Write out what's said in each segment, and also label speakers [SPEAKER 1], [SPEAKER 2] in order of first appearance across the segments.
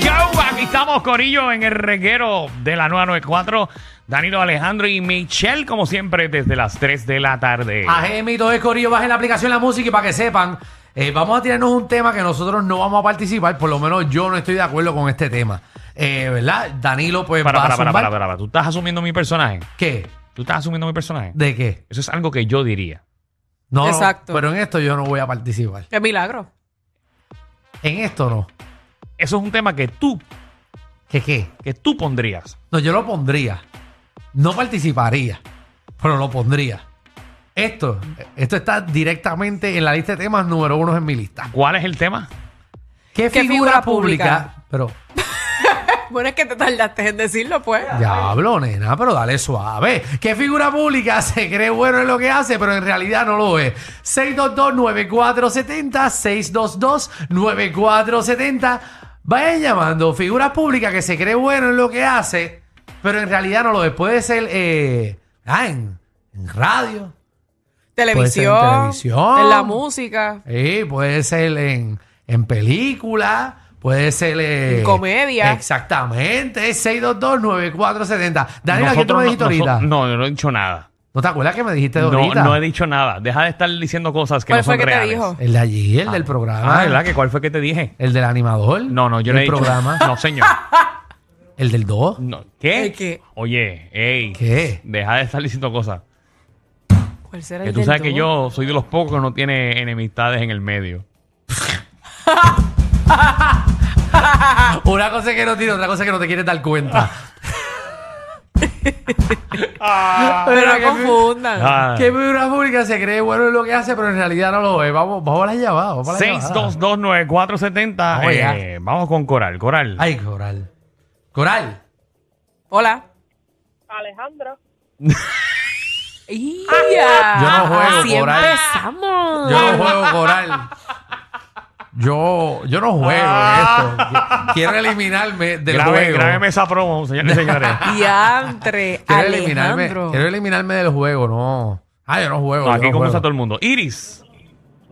[SPEAKER 1] Yo, aquí estamos Corillo en el reguero de la 994. Danilo Alejandro y Michelle, como siempre, desde las 3 de la tarde.
[SPEAKER 2] Ajemi, todo es corillo, bajen la aplicación La Música y para que sepan, eh, vamos a tirarnos un tema que nosotros no vamos a participar, por lo menos yo no estoy de acuerdo con este tema. Eh, ¿Verdad? Danilo, pues
[SPEAKER 1] Para,
[SPEAKER 2] va
[SPEAKER 1] para,
[SPEAKER 2] a
[SPEAKER 1] para,
[SPEAKER 2] zumbar.
[SPEAKER 1] para, para, para. ¿Tú estás asumiendo mi personaje?
[SPEAKER 2] ¿Qué?
[SPEAKER 1] ¿Tú estás asumiendo mi personaje?
[SPEAKER 2] ¿De qué?
[SPEAKER 1] Eso es algo que yo diría.
[SPEAKER 2] No, no,
[SPEAKER 3] Exacto.
[SPEAKER 2] pero en esto yo no voy a participar.
[SPEAKER 3] Qué milagro.
[SPEAKER 2] En esto no.
[SPEAKER 1] Eso es un tema que tú,
[SPEAKER 2] ¿Qué qué?
[SPEAKER 1] que tú pondrías.
[SPEAKER 2] No, yo lo pondría. No participaría, pero lo pondría. Esto, esto está directamente en la lista de temas número uno en mi lista.
[SPEAKER 1] ¿Cuál es el tema?
[SPEAKER 2] ¿Qué,
[SPEAKER 3] ¿Qué
[SPEAKER 2] figura,
[SPEAKER 3] figura
[SPEAKER 2] pública? Pero,
[SPEAKER 3] Bueno, es que te tardaste en decirlo, pues.
[SPEAKER 2] Diablo, nena, pero dale suave. ¿Qué figura pública se cree bueno en lo que hace, pero en realidad no lo es? 622-9470, 622-9470. Vayan llamando figura pública que se cree bueno en lo que hace, pero en realidad no lo es. Puede ser eh, ah, en, en radio,
[SPEAKER 3] Televisión.
[SPEAKER 2] Puede ser en televisión.
[SPEAKER 3] en la música.
[SPEAKER 2] eh, puede ser en, en película, puede ser... eh,
[SPEAKER 3] En comedia.
[SPEAKER 2] Exactamente, 622-9470. Daniel, ¿a quién tú
[SPEAKER 1] Nosotros
[SPEAKER 2] me dijiste
[SPEAKER 1] no-
[SPEAKER 2] ahorita?
[SPEAKER 1] noso- No, yo no he dicho nada.
[SPEAKER 2] ¿No te acuerdas que me dijiste de
[SPEAKER 1] No,
[SPEAKER 2] ahorita?
[SPEAKER 1] no he dicho nada. Deja de estar diciendo cosas que
[SPEAKER 3] ¿Cuál
[SPEAKER 1] no
[SPEAKER 3] fue
[SPEAKER 1] son
[SPEAKER 3] que te
[SPEAKER 1] reales.
[SPEAKER 3] dijo?
[SPEAKER 2] El de allí, el del programa.
[SPEAKER 1] Ah, ¿verdad? ¿Que ¿Cuál fue que te dije?
[SPEAKER 2] El del animador.
[SPEAKER 1] No, no, yo
[SPEAKER 2] el
[SPEAKER 1] no he dicho-
[SPEAKER 2] programa.
[SPEAKER 1] No, señor.
[SPEAKER 2] El del 2.
[SPEAKER 1] No, ¿Qué?
[SPEAKER 3] ¿El qué?
[SPEAKER 1] Oye, ey.
[SPEAKER 2] ¿Qué?
[SPEAKER 1] Deja de estar diciendo cosas.
[SPEAKER 3] ¿Cuál será
[SPEAKER 1] Que
[SPEAKER 3] el
[SPEAKER 1] tú
[SPEAKER 3] del
[SPEAKER 1] sabes que
[SPEAKER 3] dúo?
[SPEAKER 1] yo soy de los pocos que no tiene enemistades en el medio.
[SPEAKER 2] Una cosa es que no tiene, otra cosa es que no te quieres dar cuenta.
[SPEAKER 3] Pero
[SPEAKER 2] Pero que-
[SPEAKER 3] no confundan.
[SPEAKER 1] Ah.
[SPEAKER 2] ¿Qué figura pública se cree bueno en lo que hace, pero en realidad no lo es? Vamos, vamos a la llamada. Vamos a la llamada.
[SPEAKER 1] 6229470.
[SPEAKER 2] Vamos allá.
[SPEAKER 1] Eh, vamos con Coral, Coral.
[SPEAKER 2] Ay, Coral. Coral.
[SPEAKER 3] Hola.
[SPEAKER 4] Alejandro.
[SPEAKER 3] ¡Ya!
[SPEAKER 2] Yo no juego,
[SPEAKER 3] Así
[SPEAKER 2] Coral.
[SPEAKER 3] empezamos.
[SPEAKER 2] Yo no juego Coral. Yo, yo no juego en esto. Quiero eliminarme del
[SPEAKER 1] Grabe-
[SPEAKER 2] juego.
[SPEAKER 1] Ah. grábeme esa promo, señores y señores.
[SPEAKER 3] Diantre,
[SPEAKER 2] Quiero eliminarme,
[SPEAKER 3] Alejandro.
[SPEAKER 2] quiero eliminarme del juego, no. Ah, yo no juego.
[SPEAKER 1] No,
[SPEAKER 2] yo
[SPEAKER 1] aquí
[SPEAKER 2] no
[SPEAKER 1] comienza
[SPEAKER 2] juego.
[SPEAKER 1] todo el mundo. Iris,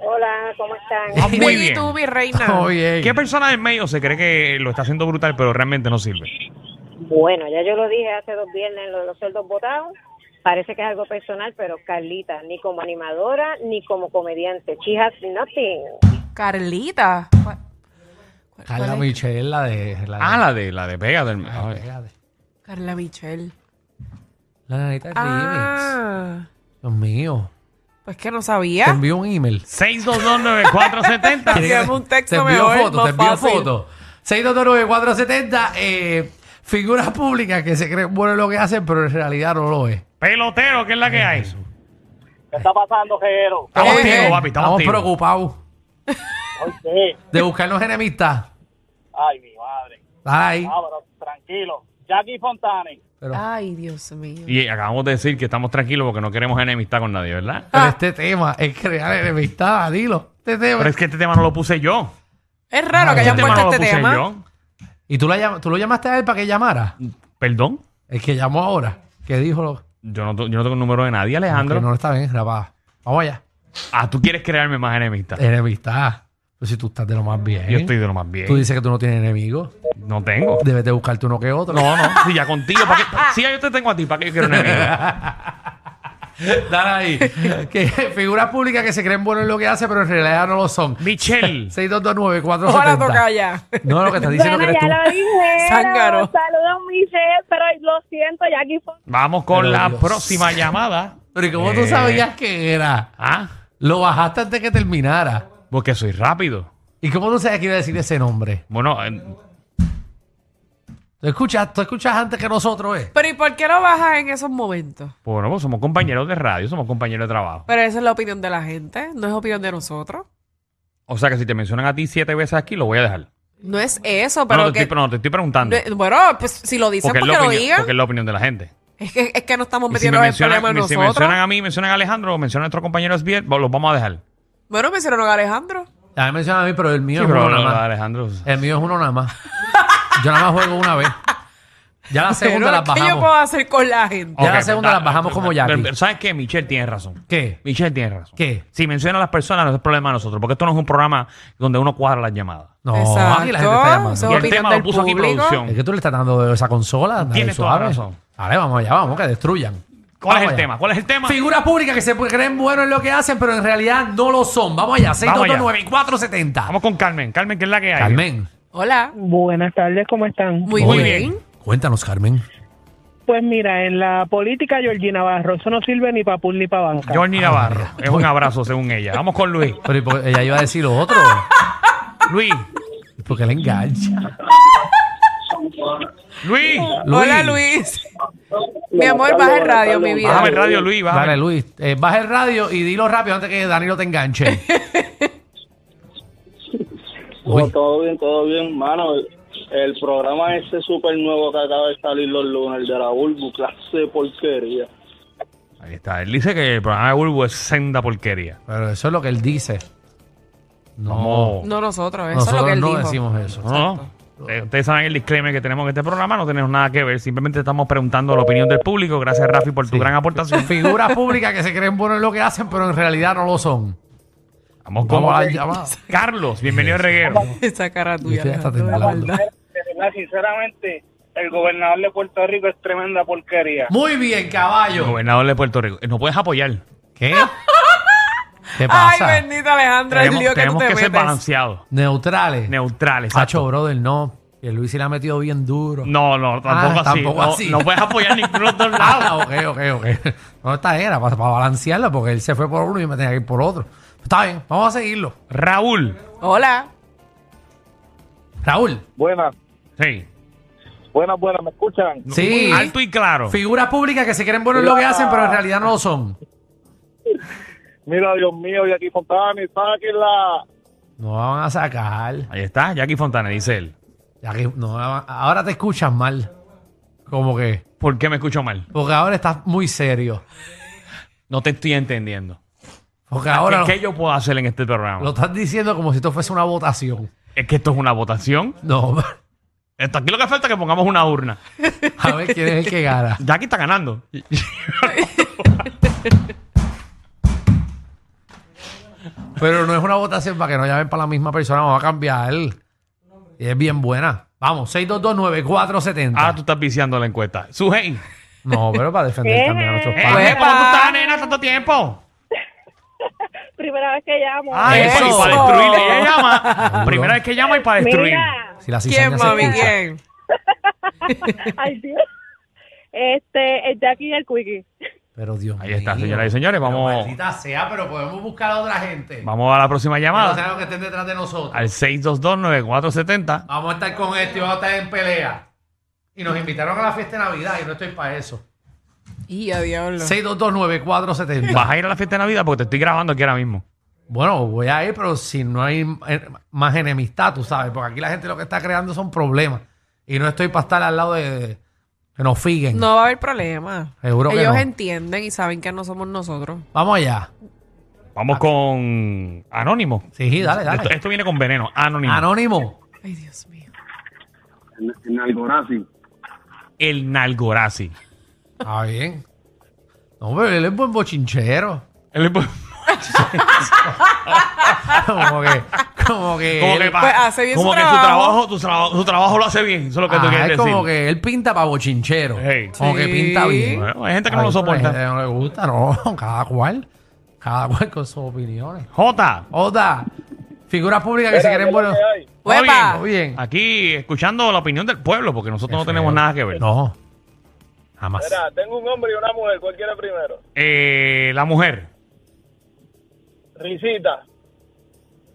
[SPEAKER 4] Hola, ¿cómo están?
[SPEAKER 1] Ah, muy
[SPEAKER 3] Baby,
[SPEAKER 1] bien.
[SPEAKER 3] tú, mi reina.
[SPEAKER 2] Oye,
[SPEAKER 1] ¿qué persona del medio se cree que lo está haciendo brutal, pero realmente no sirve?
[SPEAKER 4] Bueno, ya yo lo dije hace dos viernes, lo de los sueldos votados. Parece que es algo personal, pero Carlita, ni como animadora, ni como comediante. She has nothing.
[SPEAKER 3] Carlita. ¿Cuál- cuál-
[SPEAKER 2] Carla
[SPEAKER 3] cuál es?
[SPEAKER 2] Michelle, la de. La de-
[SPEAKER 1] Ah, la de, la de pega del
[SPEAKER 2] la de-
[SPEAKER 1] ay.
[SPEAKER 2] la de-
[SPEAKER 3] Carla Michelle.
[SPEAKER 2] la nanita de remix.
[SPEAKER 3] Ah,
[SPEAKER 2] Dios mío.
[SPEAKER 3] pues que no
[SPEAKER 2] Te
[SPEAKER 3] sabía.
[SPEAKER 2] envío un email.
[SPEAKER 1] 6229470.
[SPEAKER 3] Envíame un texto
[SPEAKER 2] te envío
[SPEAKER 3] mejor,
[SPEAKER 2] fotos,
[SPEAKER 3] más
[SPEAKER 2] te envío
[SPEAKER 3] fácil.
[SPEAKER 2] fotos. 629-470. Eh, figuras públicas que se creen bueno en lo que hacen, pero en realidad no lo es.
[SPEAKER 1] Pelotero, ¿qué es la que hay?
[SPEAKER 5] ¿Qué está pasando, Jero?
[SPEAKER 1] Estamos
[SPEAKER 2] Eh,
[SPEAKER 1] activos, papi, estamos activos.
[SPEAKER 2] preocupados
[SPEAKER 5] Ay, sí.
[SPEAKER 2] de buscarnos enemistad.
[SPEAKER 5] Ay, mi madre.
[SPEAKER 2] Ay,
[SPEAKER 5] Ah, pero tranquilo. Jackie Fontane.
[SPEAKER 2] pero,
[SPEAKER 1] Ah.
[SPEAKER 3] Ay, Dios mío.
[SPEAKER 1] Y acabamos de decir que estamos tranquilos porque no queremos enemistad con nadie, ¿verdad?
[SPEAKER 2] pero este tema es crear enemistad, dilo. Este tema.
[SPEAKER 1] Pero es que este tema no lo puse yo.
[SPEAKER 3] Es raro
[SPEAKER 1] Este
[SPEAKER 3] que hayan
[SPEAKER 1] tema no
[SPEAKER 3] puesto
[SPEAKER 1] lo
[SPEAKER 3] este
[SPEAKER 1] puse
[SPEAKER 3] tema.
[SPEAKER 1] yo.
[SPEAKER 2] ¿Y tú, la llam- tú lo llamaste a él para que llamara?
[SPEAKER 1] ¿Perdón?
[SPEAKER 2] El que llamó ahora, que dijo lo-
[SPEAKER 1] Yo no, tu- yo no tengo el número de nadie, Alejandro.
[SPEAKER 2] que no está bien grabada. Vamos allá.
[SPEAKER 1] Ah, tú quieres crearme más enemistas.
[SPEAKER 2] Eh, Enemistad. Pues si tú estás de lo más bien.
[SPEAKER 1] Yo estoy de lo más bien.
[SPEAKER 2] Tú dices que tú no tienes enemigos.
[SPEAKER 1] No tengo.
[SPEAKER 2] Debes de buscarte uno que otro.
[SPEAKER 1] No, no. Si ya contigo, ¿para qué? Si ya yo te tengo a ti, ¿para qué yo quiero enemigos?
[SPEAKER 2] Dale ahí. que figuras públicas que se creen buenos en lo que hacen, pero en realidad no lo son.
[SPEAKER 1] Michelle.
[SPEAKER 2] 6229-470.
[SPEAKER 3] Ojalá toca ya.
[SPEAKER 2] No, lo que estás diciendo que
[SPEAKER 4] bueno,
[SPEAKER 2] eres
[SPEAKER 4] ya
[SPEAKER 2] tú.
[SPEAKER 4] lo dije.
[SPEAKER 3] Zángaro.
[SPEAKER 4] Saludos, Michelle, pero lo siento, Jackie Fontane.
[SPEAKER 1] Vamos con
[SPEAKER 2] Pero
[SPEAKER 1] la
[SPEAKER 2] Dios.
[SPEAKER 1] próxima llamada.
[SPEAKER 2] Pero ¿y cómo
[SPEAKER 1] Eh.
[SPEAKER 2] tú sabías que era?
[SPEAKER 1] Ah,
[SPEAKER 2] Lo bajaste antes que terminara.
[SPEAKER 1] porque soy rápido.
[SPEAKER 2] ¿Y cómo tú sabes que iba a decir ese nombre?
[SPEAKER 1] Bueno, eh,
[SPEAKER 2] ¿Tú escuchas, tú escuchas antes que nosotros, ¿eh?
[SPEAKER 3] Pero ¿y por qué lo bajas en esos momentos?
[SPEAKER 1] bueno, pues somos compañeros de radio, somos compañeros de trabajo.
[SPEAKER 3] Pero esa es la opinión de la gente, no es opinión de nosotros.
[SPEAKER 1] O sea que si te mencionan a ti siete veces aquí, lo voy a dejar.
[SPEAKER 3] No es eso, pero
[SPEAKER 1] no, te
[SPEAKER 3] que...
[SPEAKER 1] estoy, no, te estoy preguntando.
[SPEAKER 3] no es- bueno, pues si lo dicen,
[SPEAKER 1] porque,
[SPEAKER 3] porque,
[SPEAKER 1] es la
[SPEAKER 3] lo
[SPEAKER 1] opinión,
[SPEAKER 3] digan.
[SPEAKER 1] porque es la opinión de la gente.
[SPEAKER 3] Es, que, es que no
[SPEAKER 1] Y
[SPEAKER 3] estamos
[SPEAKER 1] si,
[SPEAKER 3] metiendo
[SPEAKER 1] me
[SPEAKER 3] el problema
[SPEAKER 1] mencionan,
[SPEAKER 3] en
[SPEAKER 1] si
[SPEAKER 3] nosotros.
[SPEAKER 1] mencionan a mí, mencionan a Alejandro, o mencionan a nuestro compañero Sbiet, los vamos a dejar.
[SPEAKER 3] Bueno, mencionaron a Alejandro.
[SPEAKER 2] A mí menciona a mí, pero el mío
[SPEAKER 1] Sí,
[SPEAKER 2] es
[SPEAKER 1] pero
[SPEAKER 2] uno
[SPEAKER 1] lo- lo
[SPEAKER 2] nada
[SPEAKER 1] de
[SPEAKER 2] más. Eh,
[SPEAKER 1] Alejandro.
[SPEAKER 2] El mío es uno nada más. Yo nada más juego una vez. Ya la segunda
[SPEAKER 3] Pero,
[SPEAKER 2] la
[SPEAKER 3] ¿Qué yo puedo
[SPEAKER 2] bajamos.
[SPEAKER 3] hacer con la gente?
[SPEAKER 2] Ya
[SPEAKER 1] Ok,
[SPEAKER 2] la segunda
[SPEAKER 1] da-
[SPEAKER 2] la bajamos como Jackie.
[SPEAKER 1] pero- pero ¿Sabes qué? Michelle tiene razón.
[SPEAKER 2] ¿Qué?
[SPEAKER 1] Michelle tiene razón.
[SPEAKER 2] ¿Qué?
[SPEAKER 1] Si menciona a las personas, no es problema de nosotros, porque esto no es un programa donde uno cuadra las llamadas.
[SPEAKER 2] No,
[SPEAKER 3] Exacto.
[SPEAKER 2] aquí la gente está llamando.
[SPEAKER 3] Eso-
[SPEAKER 1] Y el
[SPEAKER 3] opinión
[SPEAKER 1] tema lo
[SPEAKER 3] del
[SPEAKER 1] puso aquí
[SPEAKER 3] público.
[SPEAKER 1] producción.
[SPEAKER 2] Es que tú le estás dando esa consola. nadie
[SPEAKER 1] Tienes toda
[SPEAKER 2] suave.
[SPEAKER 1] la razón.
[SPEAKER 2] Vale, vamos allá, vamos, que destruyan.
[SPEAKER 1] ¿Cuál es
[SPEAKER 2] Vamos
[SPEAKER 1] el
[SPEAKER 2] allá.
[SPEAKER 1] tema? ¿Cuál es el tema?
[SPEAKER 2] Figuras públicas que se creen buenos en lo que hacen, pero en realidad no lo son. Vamos allá,
[SPEAKER 1] Vamos allá.
[SPEAKER 2] 6229470.
[SPEAKER 1] Vamos con Carmen. Carmen, que es la que hay.
[SPEAKER 2] Carmen.
[SPEAKER 3] Hola.
[SPEAKER 6] Buenas tardes, ¿cómo están?
[SPEAKER 3] Muy,
[SPEAKER 1] Muy
[SPEAKER 3] bien.
[SPEAKER 1] bien.
[SPEAKER 2] Cuéntanos, Carmen.
[SPEAKER 6] Pues mira, en la política, Georgina Barro, eso no sirve ni para pool ni para banca.
[SPEAKER 1] Johnny Navarro. Es un abrazo según ella. Vamos con Luis.
[SPEAKER 2] Pero ¿y por- ella iba a decir lo otro.
[SPEAKER 1] Luis.
[SPEAKER 2] Porque le engancha.
[SPEAKER 1] Luis.
[SPEAKER 3] Hola, Luis. mi amor, baja el radio, mi vida.
[SPEAKER 1] Bájame el radio, Luis. Bájame.
[SPEAKER 2] Dale, Luis. eh, baja el radio y dilo rápido antes que Danilo te enganche. Uy.
[SPEAKER 7] No, todo bien, todo bien, mano. El, el programa ese súper nuevo que acaba de salir los lunes, el de la Bulbu, clase de porquería.
[SPEAKER 1] Ahí está. Él dice que el programa de Bulbo es senda porquería.
[SPEAKER 2] Pero eso es lo que él dice.
[SPEAKER 1] No.
[SPEAKER 2] No.
[SPEAKER 3] No nosotros, eso es
[SPEAKER 2] Nosotros
[SPEAKER 3] lo que él
[SPEAKER 2] no
[SPEAKER 3] dijo.
[SPEAKER 2] decimos eso.
[SPEAKER 1] No, no. Eh, Ustedes saben el disclaimer que tenemos en este programa, no tenemos nada que ver, simplemente estamos preguntando la opinión del público. Gracias Rafi por tu
[SPEAKER 2] Sí.
[SPEAKER 1] gran aportación.
[SPEAKER 2] Figuras públicas que se creen buenos en lo que hacen, pero en realidad no lo son.
[SPEAKER 1] Vamos con
[SPEAKER 2] Vamos a la llamada.
[SPEAKER 1] Carlos, bienvenido al reguero.
[SPEAKER 3] Esa cara
[SPEAKER 2] Yo
[SPEAKER 3] tuya.
[SPEAKER 2] estoy hasta
[SPEAKER 3] Alejandro, de
[SPEAKER 2] temblando.
[SPEAKER 3] verdad.
[SPEAKER 5] Sinceramente, el gobernador de Puerto Rico es tremenda porquería.
[SPEAKER 2] Muy bien, caballo.
[SPEAKER 1] Gobernador de Puerto Rico. Eh, No puedes apoyar.
[SPEAKER 2] ¿Qué? ¿Qué
[SPEAKER 3] Ay,
[SPEAKER 2] pasa?
[SPEAKER 3] bendito Alejandro, el
[SPEAKER 1] Tenemos,
[SPEAKER 3] lío que tú
[SPEAKER 1] tenemos
[SPEAKER 3] te
[SPEAKER 1] que, ser
[SPEAKER 3] metes.
[SPEAKER 1] balanceados,
[SPEAKER 2] Neutrales.
[SPEAKER 1] neutrales.
[SPEAKER 2] Pacho, brother, no. El Luis se la ha metido bien duro.
[SPEAKER 1] No, no, tampoco,
[SPEAKER 2] Ah,
[SPEAKER 1] así.
[SPEAKER 2] tampoco
[SPEAKER 1] No-
[SPEAKER 2] así.
[SPEAKER 1] No, puedes apoyar ninguno de los dos
[SPEAKER 2] Ah,
[SPEAKER 1] lados.
[SPEAKER 2] ok, ok, ok. No, esta era para, balancearla porque él se fue por uno y yo me tenía que ir por otro. Está bien, vamos a seguirlo.
[SPEAKER 1] Raúl.
[SPEAKER 3] Hola.
[SPEAKER 2] Raúl,
[SPEAKER 5] Buenas,
[SPEAKER 1] Sí.
[SPEAKER 5] buenas, buenas, ¿me escuchan?
[SPEAKER 2] Sí.
[SPEAKER 1] Alto y claro.
[SPEAKER 2] figuras públicas que se creen buenos en lo que hacen, pero en realidad no lo son.
[SPEAKER 5] Mira, Dios mío, Jackie Fontani, sáquenla.
[SPEAKER 2] No la van a sacar.
[SPEAKER 1] Ahí está, Jackie Fontana, dice él.
[SPEAKER 2] Ya que no la van- ahora te escuchas mal. Como que.
[SPEAKER 1] ¿Por qué me escucho mal?
[SPEAKER 2] Porque ahora estás muy serio.
[SPEAKER 1] No te estoy entendiendo.
[SPEAKER 2] Porque ahora lo,
[SPEAKER 1] ¿Qué, qué yo puedo hacer en este programa?
[SPEAKER 2] lo estás diciendo como si esto fuese una votación.
[SPEAKER 1] Es que esto es una votación.
[SPEAKER 2] No,
[SPEAKER 1] Esto aquí lo que falta es que pongamos una urna.
[SPEAKER 2] a ver quién es el que gana.
[SPEAKER 1] Jackie está ganando.
[SPEAKER 2] Pero no es una votación para que no llamen para la misma persona, vamos a cambiar. Y es bien buena. Vamos, 6229470.
[SPEAKER 1] Ahora Ah, tú estás viciando la encuesta. Sujei.
[SPEAKER 2] No, pero para defender también a nuestros
[SPEAKER 1] Eh,
[SPEAKER 2] padres.
[SPEAKER 1] ¿Cómo tú estás, nena, tanto tiempo?
[SPEAKER 4] Primera vez que llamo.
[SPEAKER 1] Ah,
[SPEAKER 3] Eso.
[SPEAKER 1] eso. Y para destruirle. Ella llama. Primera vez que llama y para destruir.
[SPEAKER 4] Mira,
[SPEAKER 2] Si la
[SPEAKER 3] ¿Quién,
[SPEAKER 2] cizaña se
[SPEAKER 3] mami?
[SPEAKER 2] escucha.
[SPEAKER 3] ¿Quién?
[SPEAKER 4] ay Dios. Este, el Jackie y el Quickie.
[SPEAKER 2] Pero Dios
[SPEAKER 1] Ahí está,
[SPEAKER 2] mío.
[SPEAKER 1] señoras y señores,
[SPEAKER 2] Pero
[SPEAKER 1] vamos-
[SPEAKER 2] maldita sea, pero podemos buscar a otra gente.
[SPEAKER 1] Vamos a la próxima
[SPEAKER 2] Que No
[SPEAKER 1] llamada.
[SPEAKER 2] sean los que estén detrás de nosotros.
[SPEAKER 1] Al 6229470.
[SPEAKER 2] Vamos a estar con esto y vamos a estar en pelea. Y nos invitaron a la fiesta de Navidad y no estoy para eso.
[SPEAKER 3] Y a diablo.
[SPEAKER 2] 6229470.
[SPEAKER 1] Vas a ir a la fiesta de Navidad porque te estoy grabando aquí ahora mismo.
[SPEAKER 2] Bueno, voy a ir, pero si no hay eh, más enemistad, tú sabes, porque aquí la gente lo que está creando son problemas. Y no estoy para estar al lado de, de- que nos figuen.
[SPEAKER 3] No va a haber problema.
[SPEAKER 2] Seguro que
[SPEAKER 3] Ellos
[SPEAKER 2] no.
[SPEAKER 3] entienden y saben que no somos nosotros.
[SPEAKER 2] Vamos allá.
[SPEAKER 1] Vamos con Anónimo.
[SPEAKER 2] Sí, dale,
[SPEAKER 1] Esto,
[SPEAKER 2] dale.
[SPEAKER 1] esto viene con veneno. Anónimo.
[SPEAKER 2] Anónimo.
[SPEAKER 3] Ay, Dios mío.
[SPEAKER 7] En, en Algorazi.
[SPEAKER 1] El Nalgorazi.
[SPEAKER 2] Ah, bien. No, pero él es buen bochinchero.
[SPEAKER 1] El- como
[SPEAKER 2] Como que, como que. él-
[SPEAKER 1] que, pa-
[SPEAKER 3] Pues hace bien su
[SPEAKER 1] como que
[SPEAKER 3] trabajo.
[SPEAKER 1] su trabajo, tu traba- su trabajo lo hace bien. Eso es lo que tú
[SPEAKER 2] Ah,
[SPEAKER 1] quieres
[SPEAKER 2] es
[SPEAKER 1] decir.
[SPEAKER 2] como que él pinta para bochinchero.
[SPEAKER 1] Hey.
[SPEAKER 2] Como que
[SPEAKER 3] Sí.
[SPEAKER 2] pinta bien.
[SPEAKER 1] Bueno, hay gente que no lo
[SPEAKER 2] Ay, pero hay
[SPEAKER 1] soporta.
[SPEAKER 2] gente que No le gusta, no. Cada cual. Cada cual con sus opiniones.
[SPEAKER 1] Jota,
[SPEAKER 2] Oda, figuras públicas que se creen buenos.
[SPEAKER 1] Muy bien.
[SPEAKER 3] ¡Huepa!
[SPEAKER 2] Muy bien.
[SPEAKER 1] Ah, aquí escuchando la opinión del pueblo, porque nosotros no tenemos nada que ver.
[SPEAKER 2] No. Jamás.
[SPEAKER 5] tengo un hombre y una mujer, ¿cuál quiere primero?
[SPEAKER 1] Eh, la mujer.
[SPEAKER 5] Risita,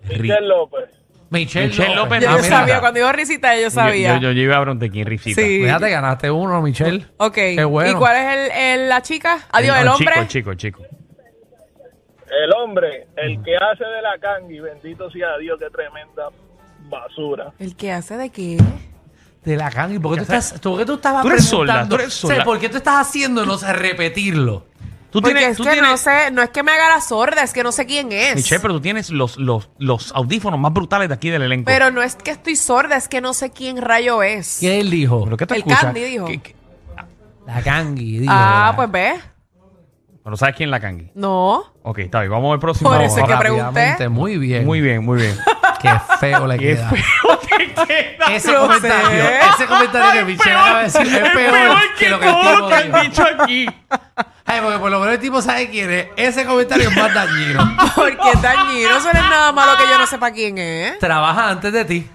[SPEAKER 1] Ri-
[SPEAKER 5] Michelle López.
[SPEAKER 2] Michelle,
[SPEAKER 1] Michelle López.
[SPEAKER 2] López.
[SPEAKER 3] Yo,
[SPEAKER 1] Ah,
[SPEAKER 3] yo
[SPEAKER 1] mira.
[SPEAKER 3] sabía, cuando digo risita, yo
[SPEAKER 1] Yo,
[SPEAKER 3] sabía.
[SPEAKER 1] yo- yo iba a Brontequín, Rifita.
[SPEAKER 3] Sí.
[SPEAKER 2] Fíjate, ganaste uno, Michelle.
[SPEAKER 3] Ok.
[SPEAKER 2] Qué bueno.
[SPEAKER 3] ¿Y cuál es el, el- la chica? Adiós, el, hombre.
[SPEAKER 1] Chico, Eh, chico, chico.
[SPEAKER 5] El hombre, el que hace de la cangi, bendito sea Dios, qué tremenda
[SPEAKER 7] basura.
[SPEAKER 3] ¿El que hace de qué?
[SPEAKER 2] De la can. ¿Y por qué tú, estás, por qué tú estabas
[SPEAKER 1] Tú eres
[SPEAKER 2] preguntando?
[SPEAKER 1] solda, tú eres
[SPEAKER 2] O sea,
[SPEAKER 1] solda.
[SPEAKER 2] ¿Por qué tú estás haciéndonos repetirlo?
[SPEAKER 1] Tú
[SPEAKER 3] Porque
[SPEAKER 1] tienes,
[SPEAKER 3] es
[SPEAKER 1] tú
[SPEAKER 3] que
[SPEAKER 1] tienes-
[SPEAKER 3] no sé, no es que me haga la sorda, es que no sé quién es.
[SPEAKER 1] Michelle, pero tú tienes los, los, los audífonos más brutales de aquí del elenco.
[SPEAKER 3] Pero no es que estoy sorda, es que no sé quién rayo es.
[SPEAKER 2] ¿Qué él dijo?
[SPEAKER 1] ¿Pero qué te
[SPEAKER 3] El
[SPEAKER 1] escucha?
[SPEAKER 3] Candy dijo.
[SPEAKER 1] ¿Qué- qué?
[SPEAKER 2] La Kangi. dijo,
[SPEAKER 3] Ah,
[SPEAKER 2] la-
[SPEAKER 3] pues ve.
[SPEAKER 1] Pero ¿sabes quién es la Kangi?
[SPEAKER 3] No.
[SPEAKER 1] Ok, está bien. Vamos al próximo.
[SPEAKER 3] Por eso es que
[SPEAKER 2] Rápidamente,
[SPEAKER 3] pregunté.
[SPEAKER 2] Muy bien.
[SPEAKER 1] Muy bien, muy bien.
[SPEAKER 2] Qué feo le
[SPEAKER 1] Qué
[SPEAKER 2] queda.
[SPEAKER 1] feo te queda.
[SPEAKER 2] Ese
[SPEAKER 3] No
[SPEAKER 2] comentario,
[SPEAKER 3] sé.
[SPEAKER 2] ese comentario que Michelle acaba de decir es peor, que lo que el tipo
[SPEAKER 1] todos te
[SPEAKER 2] dijo.
[SPEAKER 1] han dicho aquí.
[SPEAKER 2] Ay, porque por lo menos el tipo sabe quién es. Ese comentario es más dañino.
[SPEAKER 3] Porque es dañino, eso no es nada malo que yo no sepa quién es.
[SPEAKER 2] Trabaja antes de ti.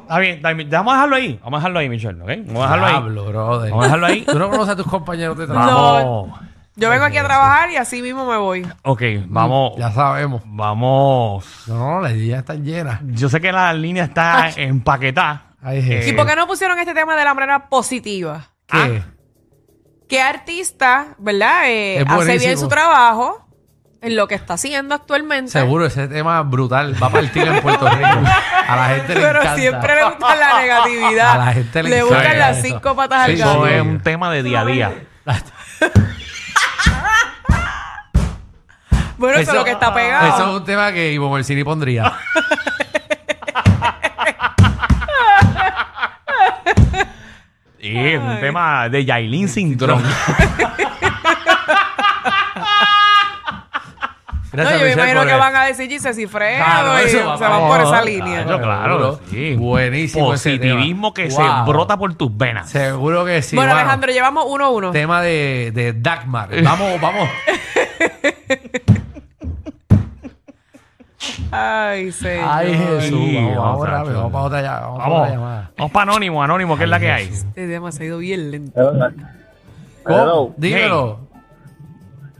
[SPEAKER 1] Está bien, está bien. Vamos a dejarlo ahí. Vamos a dejarlo ahí, Michelle. ¿ok? Vamos a dejarlo ahí.
[SPEAKER 2] Diablo, brother.
[SPEAKER 1] Vamos a dejarlo ahí.
[SPEAKER 2] Tú no conoces a tus compañeros de trabajo.
[SPEAKER 1] Vamos.
[SPEAKER 3] Yo vengo aquí a trabajar y así mismo me voy.
[SPEAKER 1] Ok, vamos.
[SPEAKER 2] Ya sabemos.
[SPEAKER 1] Vamos.
[SPEAKER 2] No, no, las ideas están llenas.
[SPEAKER 1] Yo sé que la línea está empaquetada.
[SPEAKER 2] Ay, Jesús.
[SPEAKER 1] Eh,
[SPEAKER 3] ¿Y por qué no pusieron este tema de la manera positiva?
[SPEAKER 2] ¿Qué?
[SPEAKER 3] ¿Qué artista, verdad? eh,
[SPEAKER 2] Es
[SPEAKER 3] hace
[SPEAKER 2] buenísimo.
[SPEAKER 3] bien su trabajo en lo que está haciendo actualmente.
[SPEAKER 2] Seguro, ese tema es brutal. Va a partir en Puerto Rico. A la gente le
[SPEAKER 3] Pero
[SPEAKER 2] encanta.
[SPEAKER 3] siempre le gusta la negatividad.
[SPEAKER 2] A la gente le encanta
[SPEAKER 3] buscan las
[SPEAKER 2] eso.
[SPEAKER 3] cinco patas
[SPEAKER 2] Sí, eh.
[SPEAKER 3] al gato.
[SPEAKER 1] Eso
[SPEAKER 2] sí.
[SPEAKER 1] es un tema de día a día.
[SPEAKER 3] Bueno, eso es lo que está pegado.
[SPEAKER 2] Eso es un tema que Ivo Morcini pondría.
[SPEAKER 1] Sí, es un tema de Yailin Syndrome.
[SPEAKER 3] No,
[SPEAKER 2] Gracias,
[SPEAKER 3] yo me
[SPEAKER 2] Michelle,
[SPEAKER 3] imagino
[SPEAKER 2] por
[SPEAKER 3] que
[SPEAKER 2] el-
[SPEAKER 3] van a decir Gisecifredo
[SPEAKER 2] Claro,
[SPEAKER 3] y
[SPEAKER 2] eso
[SPEAKER 3] se
[SPEAKER 2] va-
[SPEAKER 3] van por esa
[SPEAKER 2] claro,
[SPEAKER 3] línea.
[SPEAKER 1] Claro, claro,
[SPEAKER 2] Seguro.
[SPEAKER 1] sí.
[SPEAKER 2] Buenísimo ese
[SPEAKER 1] Positivismo
[SPEAKER 2] tema.
[SPEAKER 1] que
[SPEAKER 2] Wow.
[SPEAKER 1] se brota por tus venas.
[SPEAKER 2] Seguro que sí.
[SPEAKER 3] bueno,
[SPEAKER 2] mano.
[SPEAKER 3] Alejandro, llevamos uno a uno.
[SPEAKER 2] Tema de, de Dagmar. Vamos, vamos.
[SPEAKER 3] Ay, señor.
[SPEAKER 2] Ay, Jesús.
[SPEAKER 1] Sí,
[SPEAKER 2] Vamos, vamos,
[SPEAKER 1] vamos,
[SPEAKER 2] rápido. Vamos para otra ll- vamos para
[SPEAKER 1] Vamos,
[SPEAKER 2] otra llamada.
[SPEAKER 1] vamos para Anónimo, Anónimo, que es la que hay.
[SPEAKER 3] Este tema se ha ido bien lento.
[SPEAKER 2] ¿Cómo?
[SPEAKER 7] Hello.
[SPEAKER 2] Dímelo.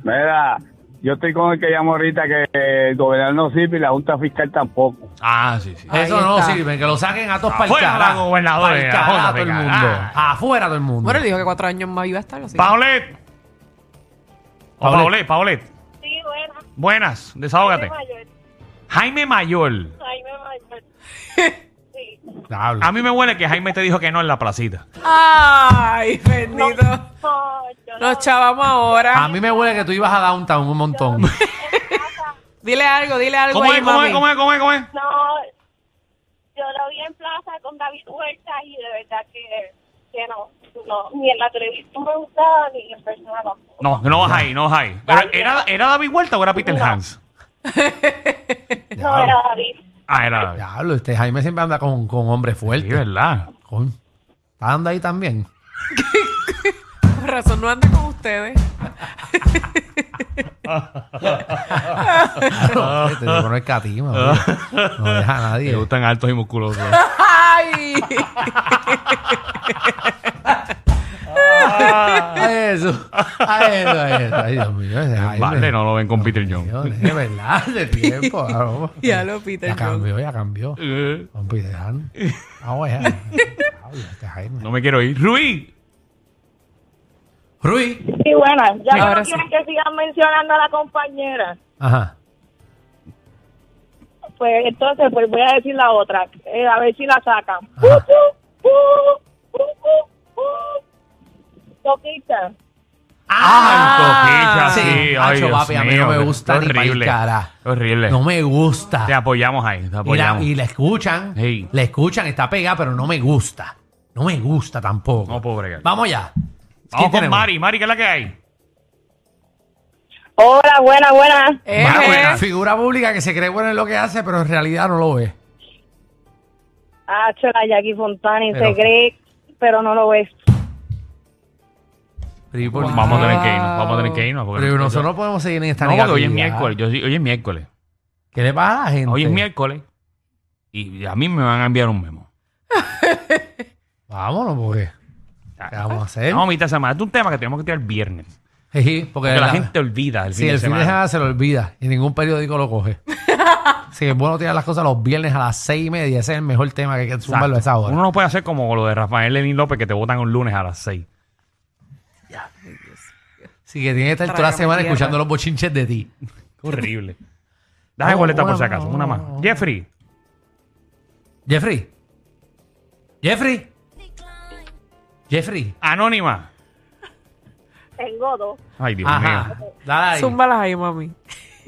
[SPEAKER 7] Mira, yo estoy con el que llamó ahorita que el gobernador no sirve y la Junta Fiscal tampoco.
[SPEAKER 1] Ah, sí, sí.
[SPEAKER 3] Ahí
[SPEAKER 2] Eso no
[SPEAKER 3] está.
[SPEAKER 2] sirve. Que lo saquen a todos para el
[SPEAKER 1] Afuera la
[SPEAKER 2] carajo.
[SPEAKER 1] gobernadora,
[SPEAKER 2] Pa'l
[SPEAKER 1] la
[SPEAKER 2] carajo
[SPEAKER 1] joda,
[SPEAKER 2] todo el
[SPEAKER 1] venga.
[SPEAKER 2] mundo.
[SPEAKER 1] Ah.
[SPEAKER 2] Afuera todo el mundo.
[SPEAKER 3] Bueno, él dijo que cuatro años más iba a estar así.
[SPEAKER 1] Paolet. O
[SPEAKER 2] Paolet.
[SPEAKER 1] Paolet, Paolet.
[SPEAKER 4] Sí, bueno.
[SPEAKER 1] Buenas, desahógate. Jaime Mayor.
[SPEAKER 4] Sí.
[SPEAKER 2] Habla.
[SPEAKER 1] A mí me huele que Jaime te dijo que no en la placita.
[SPEAKER 3] Ay, bendito. Nos chavamos ahora.
[SPEAKER 2] A mí me huele que tú ibas a Downtown un montón.
[SPEAKER 3] Dile algo, dile algo.
[SPEAKER 1] ¿Cómo
[SPEAKER 3] ahí,
[SPEAKER 1] es, cómo es,
[SPEAKER 3] mami.
[SPEAKER 1] cómo es, cómo es, cómo es?
[SPEAKER 4] No, yo lo vi en plaza con David Huerta y de verdad que, que no, no, ni en la televisión me gustaba ni en persona tampoco.
[SPEAKER 1] No, no vas ahí, no vas ahí. Pero, ¿Era, ¿Era David Huerta o era Peter Hans?
[SPEAKER 4] No era David.
[SPEAKER 1] Ah, era David.
[SPEAKER 2] Diablo, este Jaime siempre anda con, con hombres
[SPEAKER 1] Sí,
[SPEAKER 2] fuertes.
[SPEAKER 1] ¿verdad?
[SPEAKER 2] Con- ¿Está andando ahí también?
[SPEAKER 3] Por razón no anda con ustedes.
[SPEAKER 2] No, este tipo no es catima. bro. No deja a
[SPEAKER 1] Te
[SPEAKER 2] nadie.
[SPEAKER 1] gustan altos y musculosos.
[SPEAKER 3] Ay.
[SPEAKER 2] A eso. A eso, a eso. Ay, Dios mío. ese Jaime.
[SPEAKER 1] Vale, no lo ven con Peter John.
[SPEAKER 2] Dios, De verdad, de tiempo. vamos.
[SPEAKER 3] Ya lo, Peter
[SPEAKER 2] Ya
[SPEAKER 3] John.
[SPEAKER 2] cambió, ya cambió.
[SPEAKER 1] Eh,
[SPEAKER 2] Don Peter Han. Ah, bueno. Diablo, este Jaime.
[SPEAKER 1] No me quiero ir. Ruiz.
[SPEAKER 2] Ruiz.
[SPEAKER 4] Sí, buenas. Ya
[SPEAKER 3] Ahora
[SPEAKER 4] no
[SPEAKER 3] sí.
[SPEAKER 4] quieren que sigan mencionando a la compañera.
[SPEAKER 2] Ajá.
[SPEAKER 4] Pues entonces, pues voy a decir la otra, eh, a ver si la sacan. Uh,
[SPEAKER 2] Ajá.
[SPEAKER 4] uh. Toquita.
[SPEAKER 1] Ah, el toquicha,
[SPEAKER 2] Sí,
[SPEAKER 1] sí. Ay,
[SPEAKER 2] macho,
[SPEAKER 1] Dios
[SPEAKER 2] papi, a mí no
[SPEAKER 1] mío,
[SPEAKER 2] me gusta ni pa'l
[SPEAKER 1] horrible,
[SPEAKER 2] cara.
[SPEAKER 1] Horrible.
[SPEAKER 2] No me gusta.
[SPEAKER 1] Te apoyamos ahí, te
[SPEAKER 2] Y la,
[SPEAKER 1] apoyamos.
[SPEAKER 2] y la escuchan.
[SPEAKER 1] Sí.
[SPEAKER 2] La escuchan, está pegada, pero no me gusta. No me gusta tampoco.
[SPEAKER 1] No puedo bregar.
[SPEAKER 2] Vamos ya.
[SPEAKER 1] Vamos con
[SPEAKER 2] ¿Quién tenemos?
[SPEAKER 1] Mari. Mari, ¿qué es la que hay?
[SPEAKER 4] Hola, buenas, buenas.
[SPEAKER 3] Eh,
[SPEAKER 1] Va,
[SPEAKER 3] eh.
[SPEAKER 1] buena.
[SPEAKER 2] Figura pública que se cree bueno en lo que hace, pero en realidad no lo es.
[SPEAKER 4] Ah, chola, Jackie Fontani
[SPEAKER 2] Pero-
[SPEAKER 4] se cree, pero no lo es.
[SPEAKER 2] Pero ¿y por qué?
[SPEAKER 1] Vamos a tener que irnos. Vamos a tener que irnos. porque
[SPEAKER 2] Pero
[SPEAKER 1] no-
[SPEAKER 2] nosotros no podemos seguir en esta
[SPEAKER 1] No, porque hoy es
[SPEAKER 2] negatividad.
[SPEAKER 1] miércoles. Yo, sí- hoy es miércoles.
[SPEAKER 2] ¿Qué le pasa a la gente?
[SPEAKER 1] Hoy es miércoles. Y a mí me van a enviar un memo.
[SPEAKER 2] Vámonos, porque. ¿Qué vamos a hacer?
[SPEAKER 1] No, mitad de semana. Este es un tema que tenemos que tirar el viernes.
[SPEAKER 2] Sí, porque
[SPEAKER 1] Porque la
[SPEAKER 2] la-
[SPEAKER 1] gente olvida el
[SPEAKER 2] Sí,
[SPEAKER 1] fin de
[SPEAKER 2] el fin de
[SPEAKER 1] semana.
[SPEAKER 2] semana se lo olvida y ningún periódico lo coge. sí, es bueno tirar las cosas los viernes a las seis y media. Ese es el mejor tema que hay que
[SPEAKER 1] Exacto.
[SPEAKER 2] zumbarlo a esa hora.
[SPEAKER 1] Uno no puede hacer como lo de Rafael Lenín López que te votan un lunes a las 6.
[SPEAKER 2] Sí, que tiene que estar toda la
[SPEAKER 3] Trágame
[SPEAKER 2] semana
[SPEAKER 3] tierra.
[SPEAKER 2] escuchando los bochinches de ti.
[SPEAKER 1] Horrible. Dame
[SPEAKER 2] No,
[SPEAKER 1] boleta
[SPEAKER 2] una
[SPEAKER 1] por si acaso,
[SPEAKER 2] más,
[SPEAKER 1] una más.
[SPEAKER 2] una más.
[SPEAKER 1] Jeffrey.
[SPEAKER 2] Jeffrey. Jeffrey. Jeffrey.
[SPEAKER 1] Anónima.
[SPEAKER 4] Tengo dos.
[SPEAKER 1] Ay, Dios
[SPEAKER 2] Ajá.
[SPEAKER 1] mío.
[SPEAKER 2] Dale ahí.
[SPEAKER 3] Zúmbalas ahí, mami.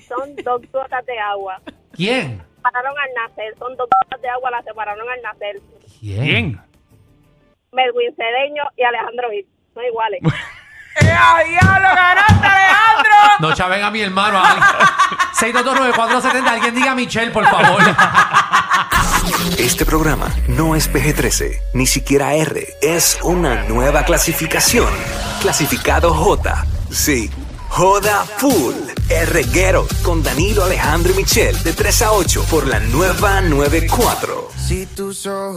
[SPEAKER 4] Son dos gotas de agua.
[SPEAKER 2] ¿Quién?
[SPEAKER 4] Separaron al nacer. Son dos gotas de agua, las separaron al nacer.
[SPEAKER 2] ¿Quién?
[SPEAKER 1] ¿Quién?
[SPEAKER 4] Melwin Cedeño y Alejandro Gil. Son iguales.
[SPEAKER 3] ¡Ay, diablo, ganaste, Alejandro!
[SPEAKER 2] No chaven a mi hermano. a alguien. 6229470. Alguien diga Michelle, por favor.
[SPEAKER 8] Este programa no es PG-13, ni siquiera R. Es una nueva clasificación. Clasificado J. Sí. Joda Full. El reguero con Danilo Alejandro y Michel de 3 a 8 por la nueva 94.